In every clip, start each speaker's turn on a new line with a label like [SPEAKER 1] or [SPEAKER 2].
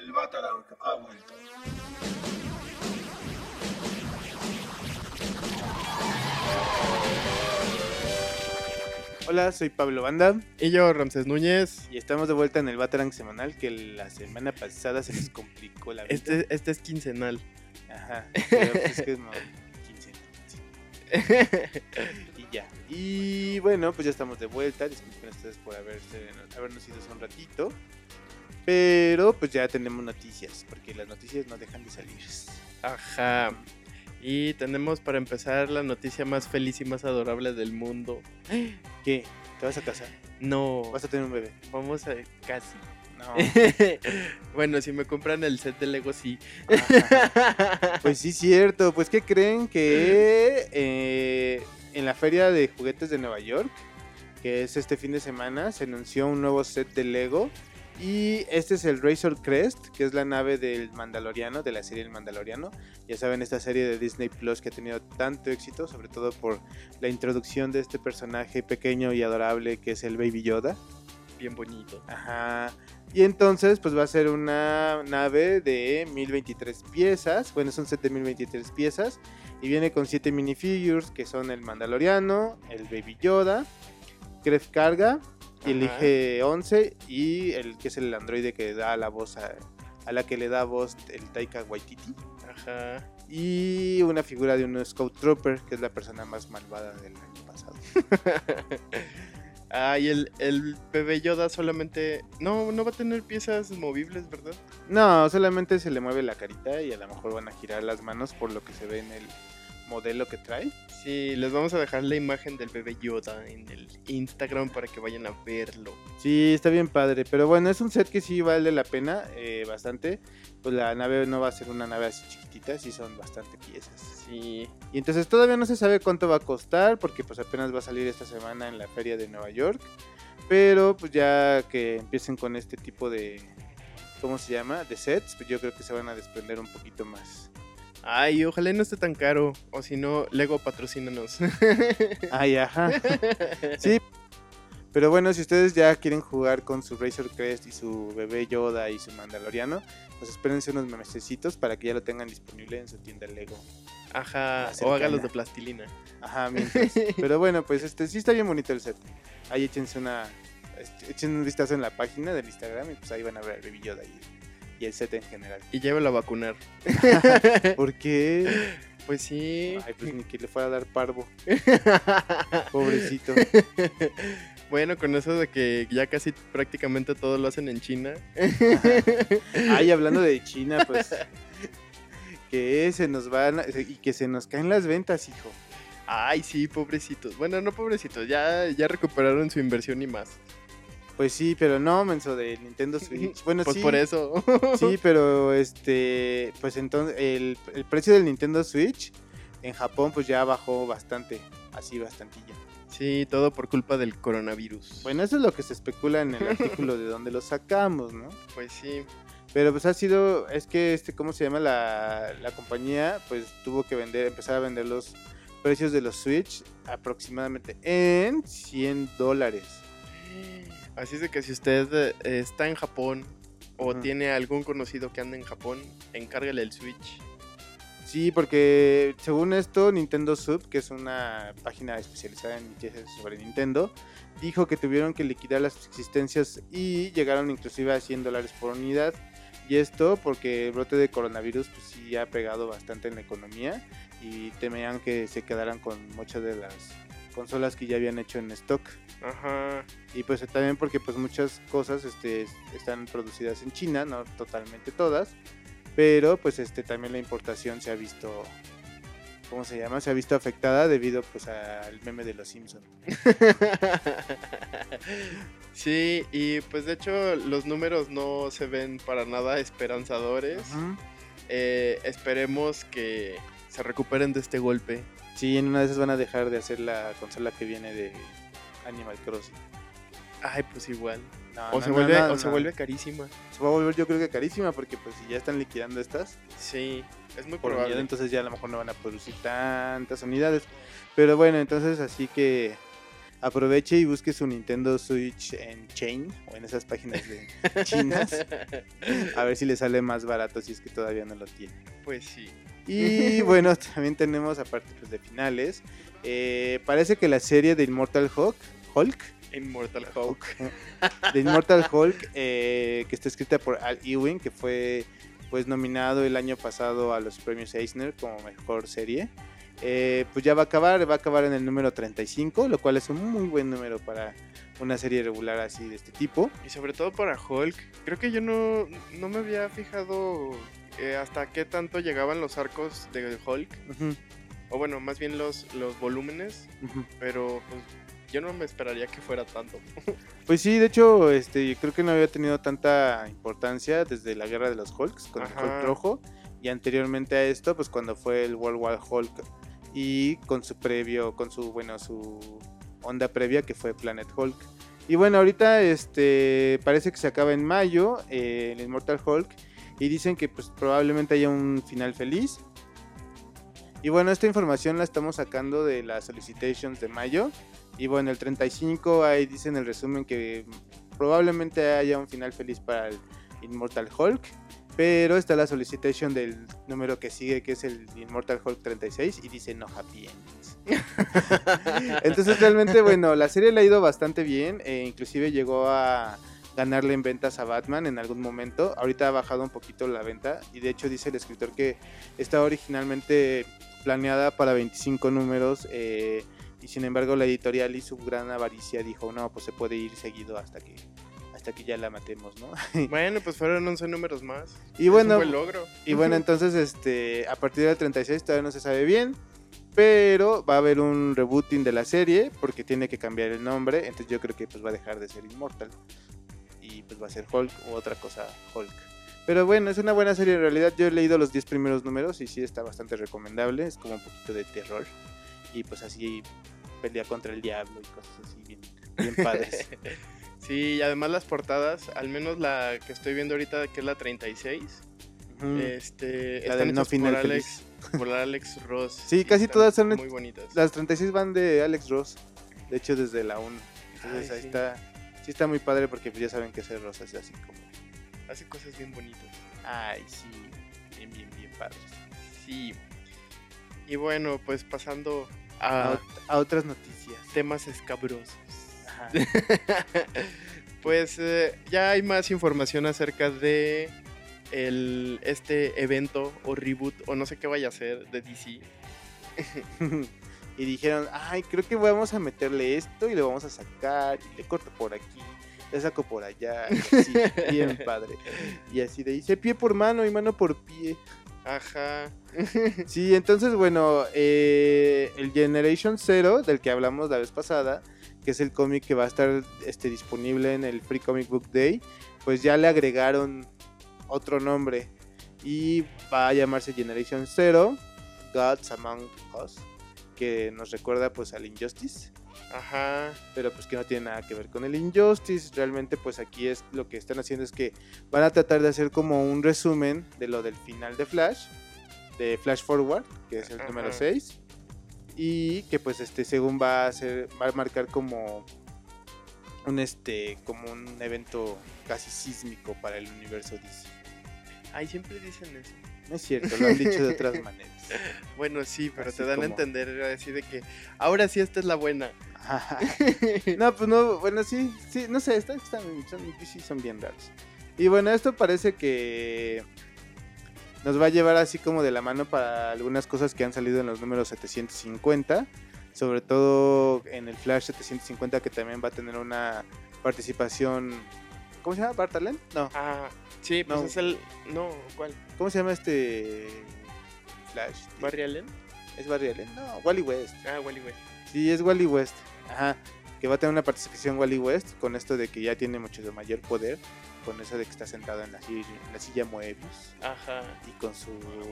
[SPEAKER 1] El Ah, Batarang ha vuelto.
[SPEAKER 2] Hola, soy Pablo Banda
[SPEAKER 3] Y yo, Ramsés Núñez.
[SPEAKER 2] y estamos de vuelta en el Batarang semanal que la semana pasada se les complicó la vida.
[SPEAKER 3] Este, este es quincenal.
[SPEAKER 2] Ajá, pero pues que no, 15, 15. Y ya. Y bueno, pues ya estamos de vuelta. Disculpen ustedes por haberse, habernos ido hace un ratito. Pero pues ya tenemos noticias, porque las noticias no dejan de salir.
[SPEAKER 3] Ajá. Y tenemos para empezar la noticia más feliz y más adorable del mundo.
[SPEAKER 2] ¿Qué? ¿Te vas a casar?
[SPEAKER 3] No,
[SPEAKER 2] ¿Vas a tener un bebé?
[SPEAKER 3] vamos a casi.
[SPEAKER 2] No.
[SPEAKER 3] bueno, si me compran el set de Lego, sí.
[SPEAKER 2] Ajá. Pues sí, cierto. Pues ¿qué creen que eh, en la feria de juguetes de Nueva York, que es este fin de semana, se anunció un nuevo set de Lego? Y este es el Razor Crest, que es la nave del Mandaloriano, de la serie El Mandaloriano. Ya saben, esta serie de Disney Plus que ha tenido tanto éxito, sobre todo por la introducción de este personaje pequeño y adorable que es el Baby Yoda.
[SPEAKER 3] Bien bonito.
[SPEAKER 2] Ajá. Y entonces, pues va a ser una nave de 1023 piezas. Bueno, son 7023 piezas. Y viene con 7 minifigures que son el Mandaloriano, el Baby Yoda, Kref Carga, y el
[SPEAKER 3] Ajá.
[SPEAKER 2] IG-11 y el que es el androide que da la voz a, a la que le da voz el Taika Waititi.
[SPEAKER 3] Ajá.
[SPEAKER 2] Y una figura de un Scout Trooper, que es la persona más malvada del año pasado.
[SPEAKER 3] Ah, y el, el bebé Yoda solamente. No, no va a tener piezas movibles, ¿verdad?
[SPEAKER 2] No, solamente se le mueve la carita y a lo mejor van a girar las manos por lo que se ve en el modelo que trae.
[SPEAKER 3] Sí, les vamos a dejar la imagen del bebé Yoda en el Instagram para que vayan a verlo.
[SPEAKER 2] Sí, está bien padre, pero bueno, es un set que sí vale la pena eh, bastante. Pues la nave no va a ser una nave así chiquitita, sí son bastante piezas.
[SPEAKER 3] Sí.
[SPEAKER 2] Y entonces todavía no se sabe cuánto va a costar porque pues apenas va a salir esta semana en la feria de Nueva York. Pero pues ya que empiecen con este tipo de... ¿Cómo se llama? De sets, pues yo creo que se van a desprender un poquito más.
[SPEAKER 3] Ay, ojalá y no esté tan caro. O si no, Lego patrocínanos.
[SPEAKER 2] Ay, ajá. Sí. Pero bueno, si ustedes ya quieren jugar con su Razor Crest y su bebé Yoda y su Mandaloriano, pues espérense unos mesecitos para que ya lo tengan disponible en su tienda Lego.
[SPEAKER 3] Ajá,
[SPEAKER 2] Más
[SPEAKER 3] o
[SPEAKER 2] cercana.
[SPEAKER 3] hágalos de plastilina.
[SPEAKER 2] Ajá, mientras. Pero bueno, pues este sí está bien bonito el set. Ahí échense una este, echen un vistazo en la página del Instagram y pues ahí van a ver al bebé Yoda y, y el set en general.
[SPEAKER 3] Y llévalo a vacunar.
[SPEAKER 2] ¿Por qué?
[SPEAKER 3] Pues sí.
[SPEAKER 2] Ay, pues ni que le fuera a dar parvo, pobrecito.
[SPEAKER 3] bueno, con eso de que ya casi prácticamente todo lo hacen en China.
[SPEAKER 2] Ay, hablando de China, pues que se nos van a- y que se nos caen las ventas, hijo.
[SPEAKER 3] Ay, sí, pobrecitos. Bueno, no pobrecitos, ya, ya recuperaron su inversión y más.
[SPEAKER 2] Pues sí, pero no, menso de Nintendo Switch. Bueno,
[SPEAKER 3] Pues
[SPEAKER 2] sí.
[SPEAKER 3] por eso.
[SPEAKER 2] Sí, pero este, pues entonces el, el precio del Nintendo Switch en Japón pues ya bajó bastante, así bastantilla.
[SPEAKER 3] sí, todo por culpa del coronavirus.
[SPEAKER 2] Bueno, eso es lo que se especula en el artículo de donde lo sacamos, ¿no?
[SPEAKER 3] pues sí.
[SPEAKER 2] Pero pues ha sido, es que este, ¿cómo se llama? La, la compañía pues tuvo que vender, empezar a vender los precios de los Switch aproximadamente en 100 dólares.
[SPEAKER 3] Así es de que si usted eh, está en Japón o
[SPEAKER 2] Ajá.
[SPEAKER 3] tiene algún conocido que anda en Japón, encárgale el Switch.
[SPEAKER 2] Sí, porque según esto, Nintendo Sub, que es una página especializada en noticias sobre Nintendo, dijo que tuvieron que liquidar las existencias y llegaron inclusive a 100 dólares por unidad. Y esto porque el brote de coronavirus pues, sí ha pegado bastante en la economía y temían que se quedaran con muchas de las consolas que ya habían hecho en stock.
[SPEAKER 3] Ajá.
[SPEAKER 2] Y pues también porque pues muchas cosas este, están producidas en China, no totalmente todas, pero pues este también la importación se ha visto ¿cómo se llama? se ha visto afectada debido pues al meme de los Simpsons.
[SPEAKER 3] sí, y pues de hecho los números no se ven para nada esperanzadores. Eh, esperemos que se recuperen de este golpe.
[SPEAKER 2] Sí, en una de esas van a dejar de hacer la consola que viene de Animal Crossing.
[SPEAKER 3] Ay, pues igual.
[SPEAKER 2] No,
[SPEAKER 3] O,
[SPEAKER 2] no,
[SPEAKER 3] se,
[SPEAKER 2] no,
[SPEAKER 3] vuelve,
[SPEAKER 2] no,
[SPEAKER 3] o
[SPEAKER 2] no.
[SPEAKER 3] se vuelve carísima.
[SPEAKER 2] se va a volver yo creo que carísima porque pues si ya están liquidando estas
[SPEAKER 3] Sí, es muy
[SPEAKER 2] por unidad,
[SPEAKER 3] probable.
[SPEAKER 2] entonces ya a lo mejor no van a producir tantas unidades. Pero bueno, entonces así que aproveche y busque su Nintendo Switch en Chain o en esas páginas de chinas. A ver si le sale más barato si es que todavía no lo tiene.
[SPEAKER 3] Pues sí.
[SPEAKER 2] Y bueno, también tenemos, aparte pues, de finales, eh, parece que la serie de Immortal Hulk, Hulk
[SPEAKER 3] Immortal Hulk.
[SPEAKER 2] de Eh, Immortal Hulk, eh, que está escrita por Al Ewing, que fue pues nominado el año pasado a los premios Eisner como mejor serie. Eh, pues ya va a acabar, va a acabar en el número 35, lo cual es un muy buen número para una serie regular así de este tipo.
[SPEAKER 3] Y sobre todo para Hulk. Creo que yo no, no me había fijado eh, hasta qué tanto llegaban los arcos de Hulk.
[SPEAKER 2] Ujú,
[SPEAKER 3] O bueno, más bien los, los volúmenes.
[SPEAKER 2] ujú.
[SPEAKER 3] Pero pues, yo no me esperaría que fuera tanto.
[SPEAKER 2] Pues sí, de hecho, este, yo creo que no había tenido tanta importancia desde la guerra de los Hulks con
[SPEAKER 3] Ajá.
[SPEAKER 2] el Hulk rojo y anteriormente a esto, pues cuando fue el World War Hulk y con su previo, con su bueno, su onda previa que fue Planet Hulk. Y bueno, ahorita este parece que se acaba en mayo eh, el Immortal Hulk y dicen que pues probablemente haya un final feliz. Y bueno, esta información la estamos sacando de las solicitations de mayo. Y bueno, el 35 ahí dicen el resumen que probablemente haya un final feliz para el Immortal Hulk. Pero está la solicitation del número que sigue, que es el Immortal Hulk 36, y dice no happy endings. Entonces realmente, bueno, la serie le ha ido bastante bien. e inclusive llegó a ganarle en ventas a Batman en algún momento. Ahorita ha bajado un poquito la venta. Y de hecho dice el escritor que estaba originalmente planeada para 25 números. eh, y sin embargo la editorial y su gran avaricia dijo, no, pues se puede ir seguido hasta que, hasta que ya la matemos, ¿no?
[SPEAKER 3] bueno, pues fueron 11 números más.
[SPEAKER 2] Y bueno,
[SPEAKER 3] Es un buen logro.
[SPEAKER 2] y bueno, entonces, este, a partir del 36 todavía no se sabe bien, pero va a haber un rebooting de la serie porque tiene que cambiar el nombre, entonces yo creo que pues va a dejar de ser Immortal y pues va a ser Hulk u otra cosa Hulk. Pero bueno, es una buena serie en realidad. Yo he leído los 10 primeros números y sí está bastante recomendable, es como un poquito de terror y pues así pelea contra el diablo y cosas así bien, bien padres.
[SPEAKER 3] Sí, y además las portadas, al menos la que estoy viendo ahorita, que es la 36,
[SPEAKER 2] Ujú.
[SPEAKER 3] este,
[SPEAKER 2] Mm. La
[SPEAKER 3] están
[SPEAKER 2] del no
[SPEAKER 3] hechas
[SPEAKER 2] final
[SPEAKER 3] por Alex, por Alex Ross.
[SPEAKER 2] Sí,
[SPEAKER 3] y
[SPEAKER 2] casi
[SPEAKER 3] están
[SPEAKER 2] todas son
[SPEAKER 3] muy bonitas.
[SPEAKER 2] Las 36 van de Alex Ross, de hecho desde la 1. Entonces
[SPEAKER 3] Ay,
[SPEAKER 2] ahí
[SPEAKER 3] sí.
[SPEAKER 2] está, sí está muy padre porque pues, ya saben que ese Ross es así como,
[SPEAKER 3] Hace cosas bien bonitas.
[SPEAKER 2] ay sí, bien, bien, bien padre.
[SPEAKER 3] Sí. Y bueno, pues pasando a
[SPEAKER 2] A, ot- a otras noticias.
[SPEAKER 3] temas escabrosos.
[SPEAKER 2] Ajá.
[SPEAKER 3] Pues eh, ya hay más información acerca de el, este evento o reboot o no sé qué vaya a ser de DC.
[SPEAKER 2] y dijeron, ay, creo que vamos a meterle esto y lo vamos a sacar, y le corto por aquí, le saco por allá, y así, bien padre. Y así de hice pie por mano y mano por pie.
[SPEAKER 3] Ajá.
[SPEAKER 2] Sí, entonces, bueno, eh, el Generation Zero, del que hablamos la vez pasada, que es el cómic que va a estar este, disponible en el Free Comic Book Day, pues ya le agregaron otro nombre y va a llamarse Generation Zero, Gods Among Us, que nos recuerda pues al Injustice
[SPEAKER 3] Ajá.
[SPEAKER 2] pero pues que no tiene nada que ver con el Injustice. Realmente pues aquí es lo que están haciendo es que van a tratar de hacer como un resumen de lo del final de Flash, de Flash Forward, que es el
[SPEAKER 3] Ajá.
[SPEAKER 2] número 6, y que pues este según va a ser va a marcar como un este como un evento casi sísmico para el universo DC.
[SPEAKER 3] Ay, siempre dicen eso.
[SPEAKER 2] No es cierto, lo han dicho de otras maneras.
[SPEAKER 3] Bueno, sí, pero
[SPEAKER 2] Así
[SPEAKER 3] te dan
[SPEAKER 2] como-
[SPEAKER 3] a entender así de que ahora sí esta es la buena.
[SPEAKER 2] no, pues no, bueno, sí, sí, no sé, están, están, son, sí son bien raros. Y bueno, esto parece que nos va a llevar así como de la mano para algunas cosas que han salido en los números 750, sobre todo en el Flash 750 que también va a tener una participación, ¿cómo se llama? ¿Bartalen? No,
[SPEAKER 3] Ah, sí, pues
[SPEAKER 2] No.
[SPEAKER 3] es el. No, ¿cuál?
[SPEAKER 2] ¿cómo se llama este Flash?
[SPEAKER 3] ¿Barry Allen?
[SPEAKER 2] ¿Es Barry Allen? No, Wally West.
[SPEAKER 3] Ah, Wally West.
[SPEAKER 2] Sí, es Wally West. Ajá. Que va a tener una participación Wally West con esto de que ya tiene mucho de mayor poder. Con eso de que está sentado en la silla, en la silla Moebius.
[SPEAKER 3] Ajá.
[SPEAKER 2] Y con su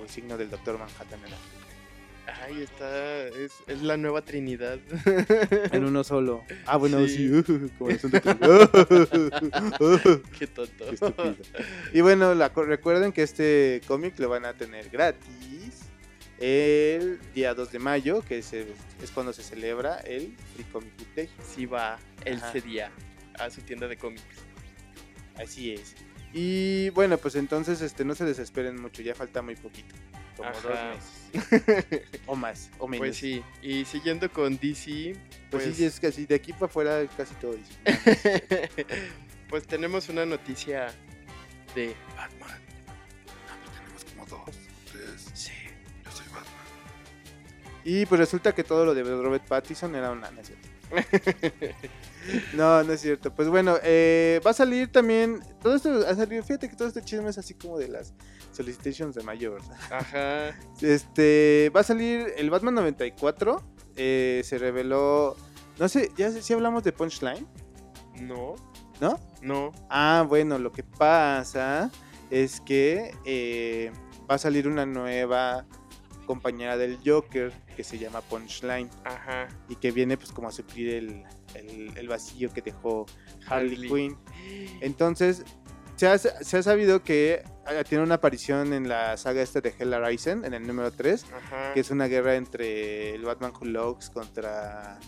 [SPEAKER 2] signo del Doctor Manhattan en, la-
[SPEAKER 3] Ay, está. Es, es la nueva Trinidad.
[SPEAKER 2] en uno solo. Ah, bueno, sí.
[SPEAKER 3] Sí.
[SPEAKER 2] como en Asunto Criminal.
[SPEAKER 3] Qué tonto.
[SPEAKER 2] Qué estúpido. y bueno, la co- recuerden que este cómic lo van a tener gratis. el día 2 de mayo, que es, el- es cuando se celebra el Free Comic Book Day.
[SPEAKER 3] Sí va el
[SPEAKER 2] Ajá.
[SPEAKER 3] día a su tienda de cómics.
[SPEAKER 2] Así es. Y bueno, pues entonces este no se desesperen mucho, ya falta muy poquito. Como
[SPEAKER 3] Ajá.
[SPEAKER 2] dos meses. o más, o menos.
[SPEAKER 3] Pues sí, y siguiendo con DC,
[SPEAKER 2] Pues
[SPEAKER 3] pues,
[SPEAKER 2] sí, es casi de aquí para afuera casi todo. dice.
[SPEAKER 3] pues tenemos una noticia de
[SPEAKER 1] Batman. Tenemos como dos, tres. Sí. Yo soy Batman.
[SPEAKER 2] Y pues resulta que todo lo de Robert Pattinson era una... No, es cierto. no, no es cierto. Pues bueno, eh, va a salir también... Todo esto ha salido... Fíjate que todo este chisme es así como de las solicitations de mayo, ¿verdad?
[SPEAKER 3] Ajá,
[SPEAKER 2] Este, va a salir el Batman 94. eh, se reveló... No sé, ya sé si hablamos de Punchline,
[SPEAKER 3] no,
[SPEAKER 2] ¿no?
[SPEAKER 3] no,
[SPEAKER 2] Ah, bueno, lo que pasa es que eh, va a salir una nueva compañera del Joker que se llama Punchline
[SPEAKER 3] ajá.
[SPEAKER 2] y que viene pues como a suplir el, el- el vacío que dejó Harley,
[SPEAKER 3] Harley.
[SPEAKER 2] Quinn. Entonces, se ha, se ha sabido que ah, tiene una aparición en la saga esta de Hell Horizon, en el número 3,
[SPEAKER 3] Ajá.
[SPEAKER 2] que es una guerra entre el Batman Who Loves contra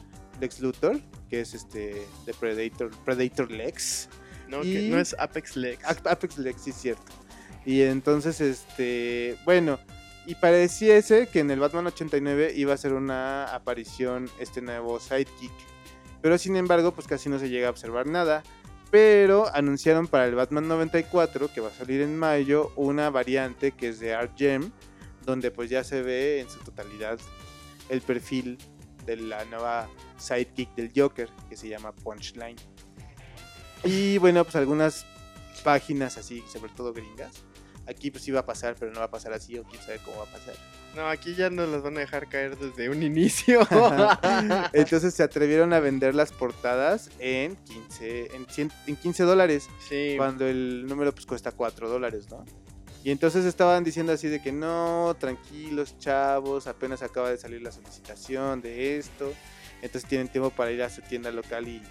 [SPEAKER 2] Lex Luthor, que es este de Predator, Predator Lex.
[SPEAKER 3] no,
[SPEAKER 2] y-
[SPEAKER 3] que no es Apex Lex.
[SPEAKER 2] Ap- Apex Lex, sí es cierto. Y entonces, este, bueno, y pareciese que en el Batman 89 iba a ser una aparición este nuevo sidekick. Pero sin embargo, pues casi no se llega a observar nada. Pero anunciaron para el Batman 94, que va a salir en mayo, una variante que es de Art Gem, donde pues ya se ve en su totalidad el perfil de la nueva sidekick del Joker, que se llama Punchline. Y bueno, pues algunas páginas así, sobre todo gringas. Aquí pues sí va a pasar, pero no va a pasar así, o quién sabe cómo va a pasar.
[SPEAKER 3] No, aquí ya nos las van a dejar caer desde un inicio.
[SPEAKER 2] Entonces se atrevieron a vender las portadas en 15, en 100 en 15 dólares,
[SPEAKER 3] sí,
[SPEAKER 2] cuando el número pues cuesta 4 dólares, ¿no? Y entonces estaban diciendo así de que no, tranquilos chavos, apenas acaba de salir la solicitación de esto. Entonces tienen tiempo para ir a su tienda local y,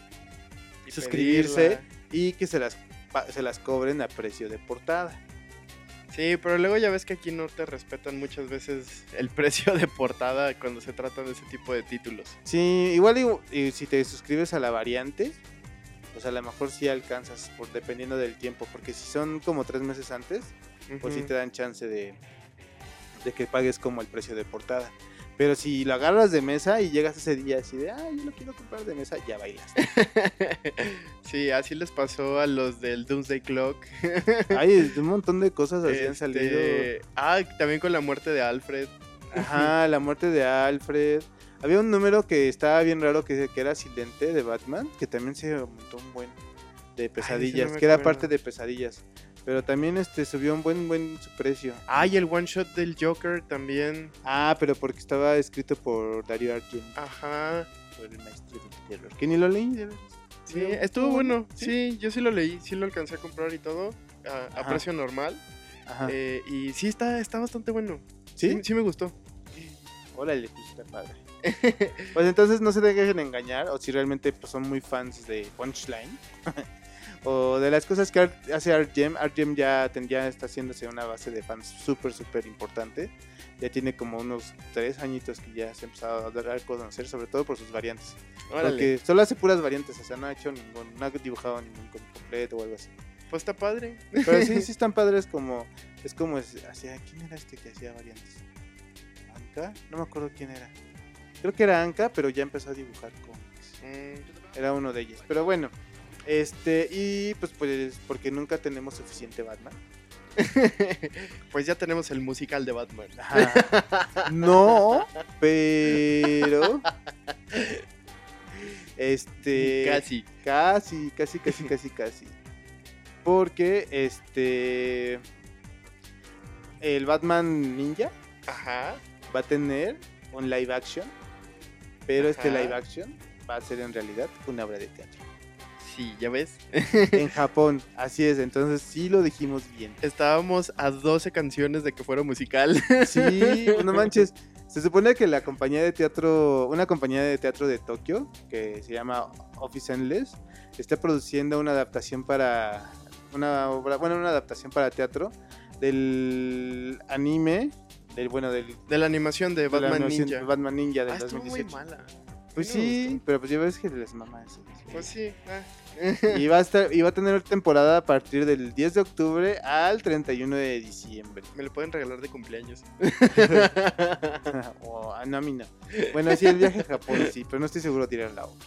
[SPEAKER 3] y
[SPEAKER 2] suscribirse
[SPEAKER 3] pedirla.
[SPEAKER 2] y que se las, pa- se las cobren a precio de portada.
[SPEAKER 3] Sí, pero luego ya ves que aquí no te respetan muchas veces el precio de portada cuando se tratan de ese tipo de títulos.
[SPEAKER 2] Sí, igual y, y si te suscribes a la variante, pues a lo mejor sí alcanzas, por, dependiendo del tiempo, porque si son como tres meses antes, pues sí
[SPEAKER 3] Ujú.
[SPEAKER 2] te dan chance de, de que pagues como el precio de portada. Pero si lo agarras de mesa y llegas ese día así de, ah, yo lo quiero comprar de mesa, ya bailas.
[SPEAKER 3] sí, así les pasó a los del Doomsday Clock.
[SPEAKER 2] Ay, un montón de cosas así han
[SPEAKER 3] Este,
[SPEAKER 2] salido.
[SPEAKER 3] Ah, también con la muerte de Alfred.
[SPEAKER 2] Ajá, la muerte de Alfred. Había un número que estaba bien raro que, que era silente de Batman, que también se aumentó un buen de pesadillas,
[SPEAKER 3] me
[SPEAKER 2] que era
[SPEAKER 3] acuerdo.
[SPEAKER 2] parte de pesadillas. Pero también este subió un buen buen su precio.
[SPEAKER 3] Ah, y el one shot del Joker también.
[SPEAKER 2] Ah, pero porque estaba escrito por Dario Argento,
[SPEAKER 3] Ajá.
[SPEAKER 2] por el maestro del terror. Que ni lo leí, de verdad.
[SPEAKER 3] Sí,
[SPEAKER 2] Pero
[SPEAKER 3] estuvo bueno. Sí. yo sí lo leí, sí lo alcancé a comprar y todo. A, a
[SPEAKER 2] Ajá.
[SPEAKER 3] precio normal.
[SPEAKER 2] Ajá.
[SPEAKER 3] Eh, y sí, está, está bastante bueno.
[SPEAKER 2] ¿Sí?
[SPEAKER 3] sí, me gustó.
[SPEAKER 2] Órale, pues, está padre. pues entonces no se dejen engañar, o si realmente pues, son muy fans de Punchline, o de las cosas que Art- hace ArtGem. ArtGem ya, ten- ya está haciéndose una base de fans súper, súper importante. Ya tiene como unos tres añitos que ya se ha empezado a dar a conocer, sobre todo por sus variantes.
[SPEAKER 3] Órale.
[SPEAKER 2] Porque solo hace puras variantes, o sea, no ha hecho ningún, no ha dibujado ningún cómic completo o algo así.
[SPEAKER 3] Pues está padre.
[SPEAKER 2] Pero sí, sí están padres como, es como, es- hacía, ¿quién era este que hacía variantes? ¿Anka? No me acuerdo quién era. Creo que era Anka, pero ya empezó a dibujar cómics.
[SPEAKER 3] Mm,
[SPEAKER 2] Era uno de ellos. Pero bueno, este, y pues, pues porque nunca tenemos suficiente Batman.
[SPEAKER 3] pues ya tenemos el musical de Batman.
[SPEAKER 2] Ajá. No, pero... Este...
[SPEAKER 3] Casi.
[SPEAKER 2] Casi, casi, casi, casi, casi. Porque este. El Batman Ninja
[SPEAKER 3] Ajá.
[SPEAKER 2] va a tener un live action. Pero este
[SPEAKER 3] Ajá.
[SPEAKER 2] live action va a ser en realidad una obra de teatro.
[SPEAKER 3] Sí, ya ves.
[SPEAKER 2] En Japón, así es. Entonces sí lo dijimos bien.
[SPEAKER 3] Estábamos a 12 canciones de que fuera musical.
[SPEAKER 2] Sí, pues no manches. Se supone que la compañía de teatro, una compañía de teatro de Tokio, que se llama Office Endless, está produciendo una adaptación para una obra, bueno, una adaptación para teatro del anime Del, bueno, del, de
[SPEAKER 3] De la animación de
[SPEAKER 2] la
[SPEAKER 3] Batman
[SPEAKER 2] animación
[SPEAKER 3] Ninja.
[SPEAKER 2] de Batman Ninja del
[SPEAKER 3] ah, estuvo muy
[SPEAKER 2] 2018.
[SPEAKER 3] mala.
[SPEAKER 2] Pues
[SPEAKER 3] A mí no me
[SPEAKER 2] sí,
[SPEAKER 3] gustó.
[SPEAKER 2] pero pues ya ves que les mama eso.
[SPEAKER 3] Pues sí. ah.
[SPEAKER 2] Y va a, estar, y va a tener temporada a partir del 10 de octubre al 31 de diciembre.
[SPEAKER 3] Me lo pueden regalar de cumpleaños.
[SPEAKER 2] O, ah, no, a mí no. Bueno, sí, el viaje a Japón sí, pero no estoy seguro de tirar la obra.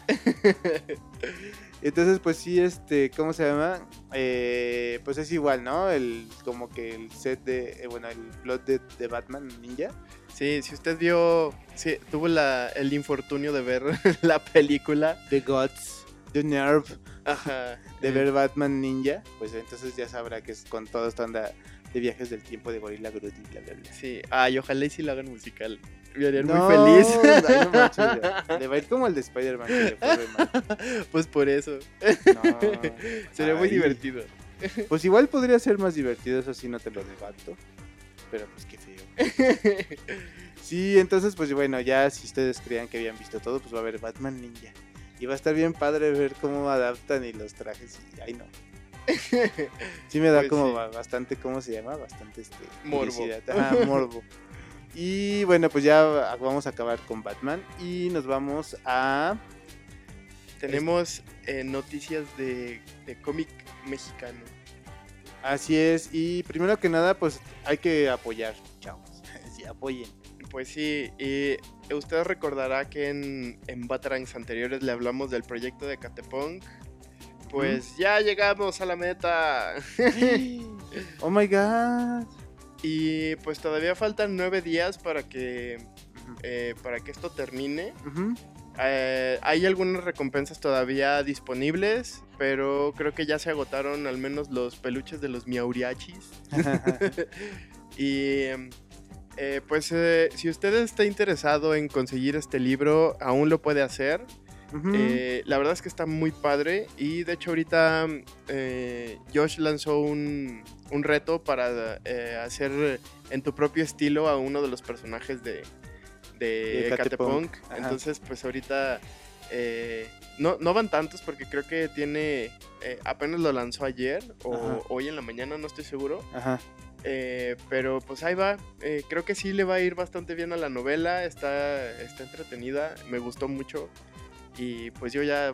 [SPEAKER 2] Entonces, pues sí, este, ¿cómo se llama? Eh, pues es igual, ¿no? El, como que el set de, eh, bueno, el plot de, de Batman Ninja.
[SPEAKER 3] Sí, si usted vio, sí, tuvo la, el infortunio de ver la película.
[SPEAKER 2] The Gods, The Nerve,
[SPEAKER 3] Ajá. eh,
[SPEAKER 2] de ver Batman Ninja. Pues entonces ya sabrá que es con toda esta onda de viajes del tiempo de Gorilla Groot y bla, bla, bla.
[SPEAKER 3] Sí. Ay, ojalá y si lo hagan musical. Me harían
[SPEAKER 2] No,
[SPEAKER 3] muy feliz.
[SPEAKER 2] ay, no manches, le va a ir como el de Spider-Man. que le fue re mal.
[SPEAKER 3] Pues por eso.
[SPEAKER 2] No,
[SPEAKER 3] Sería muy
[SPEAKER 2] ay.
[SPEAKER 3] divertido.
[SPEAKER 2] Pues igual podría ser más divertido, eso sí, no te lo debato. Pero pues qué feo. Sí, entonces pues bueno, ya si ustedes creían que habían visto todo, pues va a haber Batman Ninja. Y va a estar bien padre ver cómo adaptan y los trajes y ay no. Sí me da
[SPEAKER 3] Pues
[SPEAKER 2] como
[SPEAKER 3] sí.
[SPEAKER 2] ba- bastante, ¿cómo se llama? Bastante este
[SPEAKER 3] Morbo.
[SPEAKER 2] curiosidad. Ajá, morbo. Y bueno, pues ya vamos a acabar con Batman y nos vamos a
[SPEAKER 3] Tenemos eh, noticias de, de cómic mexicano.
[SPEAKER 2] Así es, y primero que nada, pues hay que apoyar, chavos. Sí, apoyen.
[SPEAKER 3] Pues sí, y usted recordará que en, en Batarangs anteriores le hablamos del proyecto de Catepong. Pues ya llegamos a la meta.
[SPEAKER 2] oh my god.
[SPEAKER 3] Y pues todavía faltan nueve días para que, eh, para que esto termine.
[SPEAKER 2] Ujú.
[SPEAKER 3] Eh, hay algunas recompensas todavía disponibles, pero creo que ya se agotaron al menos los peluches de los miauriachis. Y eh, pues eh, si usted está interesado en conseguir este libro, aún lo puede hacer.
[SPEAKER 2] Ujú.
[SPEAKER 3] Eh, la verdad es que está muy padre y de hecho ahorita mm, eh, Josh lanzó un, un reto para eh, hacer en tu propio estilo a uno de los personajes de, de
[SPEAKER 2] De Catepunk,
[SPEAKER 3] Catepunk.
[SPEAKER 2] ajá.
[SPEAKER 3] Entonces pues ahorita eh, no, no van tantos porque creo que tiene, eh, apenas lo lanzó ayer o
[SPEAKER 2] Ajá.
[SPEAKER 3] hoy en la mañana, no estoy seguro.
[SPEAKER 2] Ajá.
[SPEAKER 3] Eh, pero pues ahí va. Eh, creo que sí le va a ir bastante bien a la novela. Está, está entretenida. Me gustó mucho. Y pues yo ya,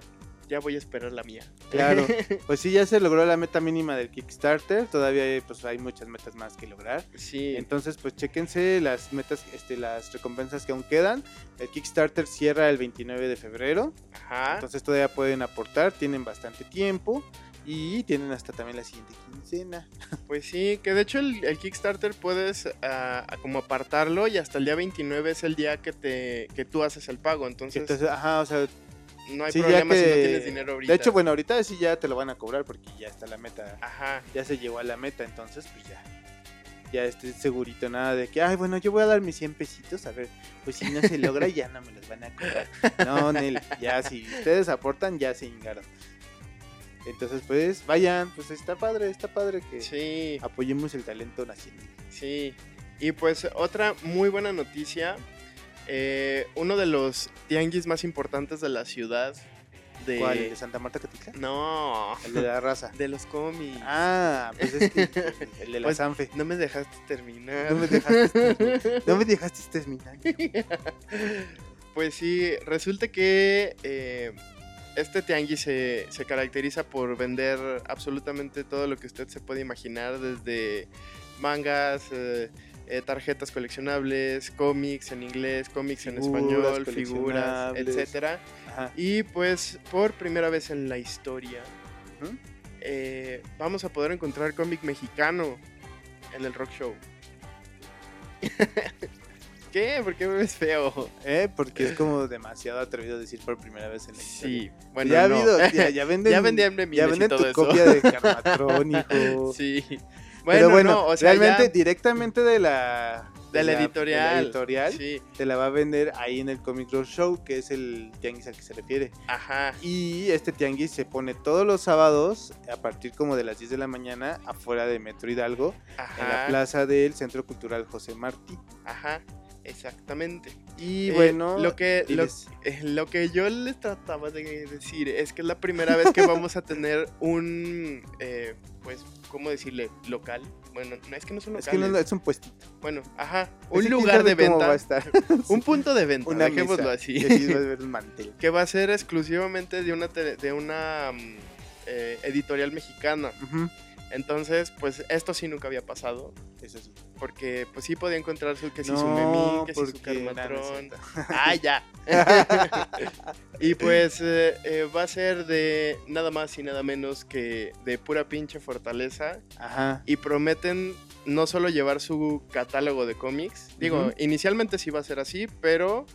[SPEAKER 3] ya voy a esperar la mía.
[SPEAKER 2] Claro. Pues sí, ya se logró la meta mínima del Kickstarter. Todavía hay, pues, hay muchas metas más que lograr.
[SPEAKER 3] sí.
[SPEAKER 2] Entonces, pues chéquense las metas, este, las recompensas que aún quedan. El Kickstarter cierra el 29 de febrero.
[SPEAKER 3] Ajá.
[SPEAKER 2] Entonces todavía pueden aportar, tienen bastante tiempo. Y tienen hasta también la siguiente quincena.
[SPEAKER 3] Pues sí, que de hecho el, el Kickstarter puedes ah, ah, como apartarlo y hasta el día 29 es el día que, te, que tú haces el pago. Entonces,
[SPEAKER 2] Entonces, ajá, o sea,
[SPEAKER 3] no hay
[SPEAKER 2] sí, ya
[SPEAKER 3] problema si no
[SPEAKER 2] que-
[SPEAKER 3] tienes dinero ahorita.
[SPEAKER 2] De hecho, bueno, ahorita sí ya te lo van a cobrar porque ya está la meta,
[SPEAKER 3] Ajá.
[SPEAKER 2] ya se llegó a la meta, entonces pues ya, ya estoy segurito, nada de que, ay, bueno, yo voy a dar mis 100 pesitos, a ver, pues si no se logra ya no me los van a cobrar. No, Nel, ya si ustedes aportan ya se hingaron. Entonces pues vayan, pues está padre, está padre que
[SPEAKER 3] Sí.
[SPEAKER 2] apoyemos el talento nacional.
[SPEAKER 3] Sí, y pues otra muy buena noticia, eh, uno de los tianguis más importantes de la ciudad de...
[SPEAKER 2] ¿Cuál? ¿El de Santa Marta Catica?
[SPEAKER 3] No,
[SPEAKER 2] El de la raza.
[SPEAKER 3] de los cómics.
[SPEAKER 2] Ah, pues es que el de la
[SPEAKER 3] Pues,
[SPEAKER 2] Sanfe.
[SPEAKER 3] No me dejaste terminar.
[SPEAKER 2] No me dejaste, terminar, no me dejaste este terminar.
[SPEAKER 3] pues sí, resulta que eh, este tianguis se, se caracteriza por vender absolutamente todo lo que usted se puede imaginar, desde mangas, eh, eh, tarjetas coleccionables, cómics en inglés, cómics en
[SPEAKER 2] Figuras
[SPEAKER 3] español, figuras,
[SPEAKER 2] coleccionables.
[SPEAKER 3] etcétera.
[SPEAKER 2] Ajá.
[SPEAKER 3] Y pues por primera vez en la historia
[SPEAKER 2] Ujú.
[SPEAKER 3] eh, vamos a poder encontrar cómic mexicano en el rock show. ¿Qué? ¿Por qué me ves feo?
[SPEAKER 2] ¿Eh? Porque es como demasiado atrevido decir por primera vez en la historia.
[SPEAKER 3] Sí, bueno,
[SPEAKER 2] ya ha
[SPEAKER 3] no.
[SPEAKER 2] habido, ya, ya venden,
[SPEAKER 3] ya vendían
[SPEAKER 2] ya
[SPEAKER 3] memes y
[SPEAKER 2] venden tu
[SPEAKER 3] todo eso.
[SPEAKER 2] copia de Carmatrón, hijo.
[SPEAKER 3] Sí. Bueno,
[SPEAKER 2] Pero bueno,
[SPEAKER 3] no, o sea,
[SPEAKER 2] realmente
[SPEAKER 3] ya
[SPEAKER 2] directamente de la
[SPEAKER 3] de la
[SPEAKER 2] de
[SPEAKER 3] editorial.
[SPEAKER 2] la editorial,
[SPEAKER 3] Sí,
[SPEAKER 2] te la va a vender ahí en el Comic Road Show, que es el tianguis al que se refiere.
[SPEAKER 3] ajá.
[SPEAKER 2] Y este tianguis se pone todos los sábados a partir como de las 10 de la mañana afuera de Metro Hidalgo, en la
[SPEAKER 3] Ajá. Eh,
[SPEAKER 2] plaza del Centro Cultural José Martí.
[SPEAKER 3] Ajá. Exactamente.
[SPEAKER 2] Y
[SPEAKER 3] Eh,
[SPEAKER 2] bueno,
[SPEAKER 3] lo que, lo,
[SPEAKER 2] diles.
[SPEAKER 3] eh, lo que yo les trataba de decir es que es la primera vez que vamos a tener un, eh, pues, ¿cómo decirle? Local. Bueno, no es que no son
[SPEAKER 2] es
[SPEAKER 3] locales.
[SPEAKER 2] que no, no, es un puestito.
[SPEAKER 3] Bueno, ajá, un
[SPEAKER 2] Ese
[SPEAKER 3] lugar
[SPEAKER 2] quién
[SPEAKER 3] de
[SPEAKER 2] sabe cómo va a
[SPEAKER 3] venta.
[SPEAKER 2] estar.
[SPEAKER 3] Un punto de venta,
[SPEAKER 2] Una
[SPEAKER 3] dejémoslo
[SPEAKER 2] mesa.
[SPEAKER 3] así.
[SPEAKER 2] Y así va a ver un mantel.
[SPEAKER 3] que va a ser exclusivamente de una, tele- de una mm, eh, editorial mexicana.
[SPEAKER 2] Ujú,
[SPEAKER 3] Entonces, pues esto sí nunca había pasado.
[SPEAKER 2] Eso sí.
[SPEAKER 3] Porque pues sí podía encontrar su que si su
[SPEAKER 2] No,
[SPEAKER 3] memín, que si su
[SPEAKER 2] porque nada, no es
[SPEAKER 3] carmatrón.
[SPEAKER 2] cierto.
[SPEAKER 3] Ah, ya. y pues eh, eh, va a ser de nada más y nada menos que de pura pinche fortaleza.
[SPEAKER 2] Ajá.
[SPEAKER 3] Y prometen no solo llevar su catálogo de cómics. Digo,
[SPEAKER 2] Ujú.
[SPEAKER 3] inicialmente sí va a ser así, pero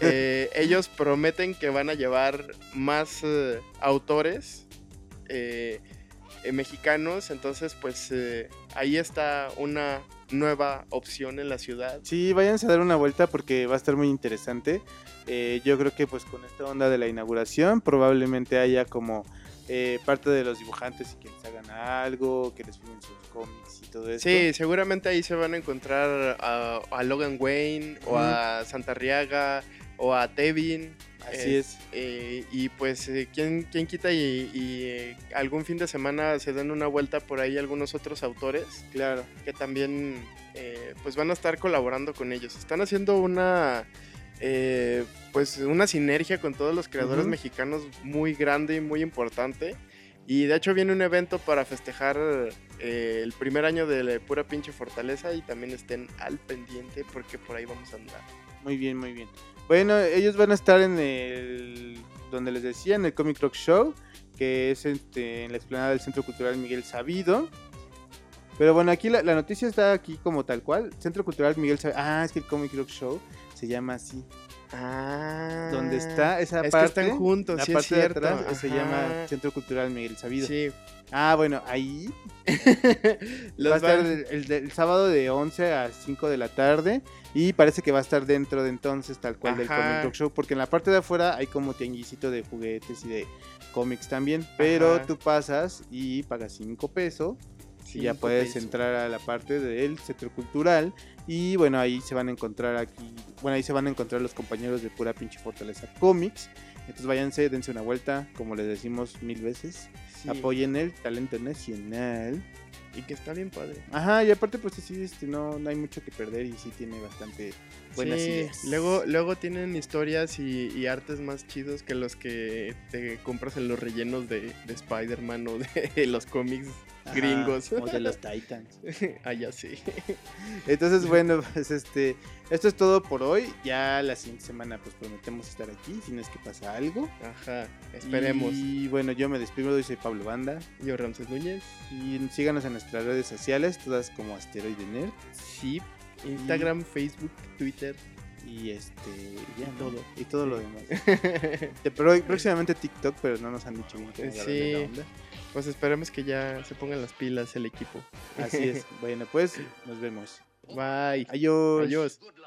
[SPEAKER 3] eh, ellos prometen que van a llevar más eh, autores. eh, eh, mexicanos, entonces pues eh, ahí está una nueva opción en la ciudad.
[SPEAKER 2] Sí, váyanse a dar una vuelta porque va a estar muy interesante. Eh, yo creo que pues con esta onda de la inauguración probablemente haya como eh, parte de los dibujantes y que les hagan algo, que les filmen sus cómics y todo eso.
[SPEAKER 3] Sí, seguramente ahí se van a encontrar a, a Logan Wayne o a Santarriaga o a Tevin.
[SPEAKER 2] Así
[SPEAKER 3] eh,
[SPEAKER 2] es.
[SPEAKER 3] eh, y pues, eh, ¿quién, quién quita y, y, eh, algún fin de semana se dan una vuelta por ahí algunos otros autores
[SPEAKER 2] Claro.
[SPEAKER 3] que también eh, pues van a estar colaborando con ellos. Están haciendo una eh, pues una sinergia con todos los creadores
[SPEAKER 2] Ujú.
[SPEAKER 3] mexicanos muy grande y muy importante. Y de hecho viene un evento para festejar eh, el primer año de la pura pinche fortaleza y también estén al pendiente porque por ahí vamos a andar.
[SPEAKER 2] Muy bien, muy bien. Bueno, ellos van a estar en el, donde les decía, en el Comic Rock Show, que es este, en la explanada del Centro Cultural Miguel Sabido. Pero bueno, aquí la, la noticia está aquí como tal cual. Centro Cultural Miguel Sabido. Ah, es que el Comic Rock Show se llama así.
[SPEAKER 3] Ah,
[SPEAKER 2] Donde está esa
[SPEAKER 3] Es que
[SPEAKER 2] parte.
[SPEAKER 3] están juntos,
[SPEAKER 2] la
[SPEAKER 3] sí es
[SPEAKER 2] parte de
[SPEAKER 3] cierto.
[SPEAKER 2] atrás, se llama
[SPEAKER 3] Ajá.
[SPEAKER 2] Centro Cultural Miguel Sabido.
[SPEAKER 3] Sí.
[SPEAKER 2] Ah, bueno, ahí
[SPEAKER 3] Los
[SPEAKER 2] va a estar
[SPEAKER 3] van-
[SPEAKER 2] el, el- el sábado de 11 a 5 de la tarde y parece que va a estar dentro de entonces tal cual del
[SPEAKER 3] Ajá.
[SPEAKER 2] Comic Talk Show porque en la parte de afuera hay como tianguisito de juguetes y de cómics también, pero
[SPEAKER 3] Ajá.
[SPEAKER 2] tú pasas y pagas 5 pesos y ya
[SPEAKER 3] Cinco
[SPEAKER 2] puedes
[SPEAKER 3] pesos.
[SPEAKER 2] entrar a la parte del centro cultural y bueno, ahí se van a encontrar aquí, bueno, ahí se van a encontrar los compañeros de pura pinche fortaleza cómics. Entonces váyanse, dense una vuelta, como les decimos mil veces.
[SPEAKER 3] Sí,
[SPEAKER 2] Apoyen el talento nacional.
[SPEAKER 3] Y que está bien padre.
[SPEAKER 2] Ajá, y aparte, pues sí, este, no, no hay mucho que perder y sí tiene bastante buenas
[SPEAKER 3] Sí,
[SPEAKER 2] ideas.
[SPEAKER 3] Luego, luego tienen historias y, y artes más chidos que los que te compras en los rellenos de, de Spider-Man o de los cómics
[SPEAKER 2] Ajá,
[SPEAKER 3] gringos.
[SPEAKER 2] O de los Titans.
[SPEAKER 3] Ah, ya sí.
[SPEAKER 2] Entonces, bueno, pues este, esto es todo por hoy. Ya la siguiente semana, pues prometemos estar aquí, si no es que pasa algo.
[SPEAKER 3] Ajá. Esperemos.
[SPEAKER 2] Y bueno, yo me despido, yo soy Pablo Banda.
[SPEAKER 3] Yo, Ramses Núñez.
[SPEAKER 2] Y síganos en nuestras redes sociales, todas como Asteroide Nerd.
[SPEAKER 3] Sí. Instagram, Facebook, Twitter.
[SPEAKER 2] Y este, ya
[SPEAKER 3] Y
[SPEAKER 2] ¿no?
[SPEAKER 3] todo.
[SPEAKER 2] Y todo lo
[SPEAKER 3] Sí.
[SPEAKER 2] demás. Te- Pero próximamente TikTok, pero no nos han dicho bien cómo agarrarle la
[SPEAKER 3] Sí.
[SPEAKER 2] onda.
[SPEAKER 3] pues esperemos que ya se pongan las pilas el equipo.
[SPEAKER 2] Así es. Bueno, pues nos vemos.
[SPEAKER 3] Bye.
[SPEAKER 2] Adiós.
[SPEAKER 3] Adiós.
[SPEAKER 1] Good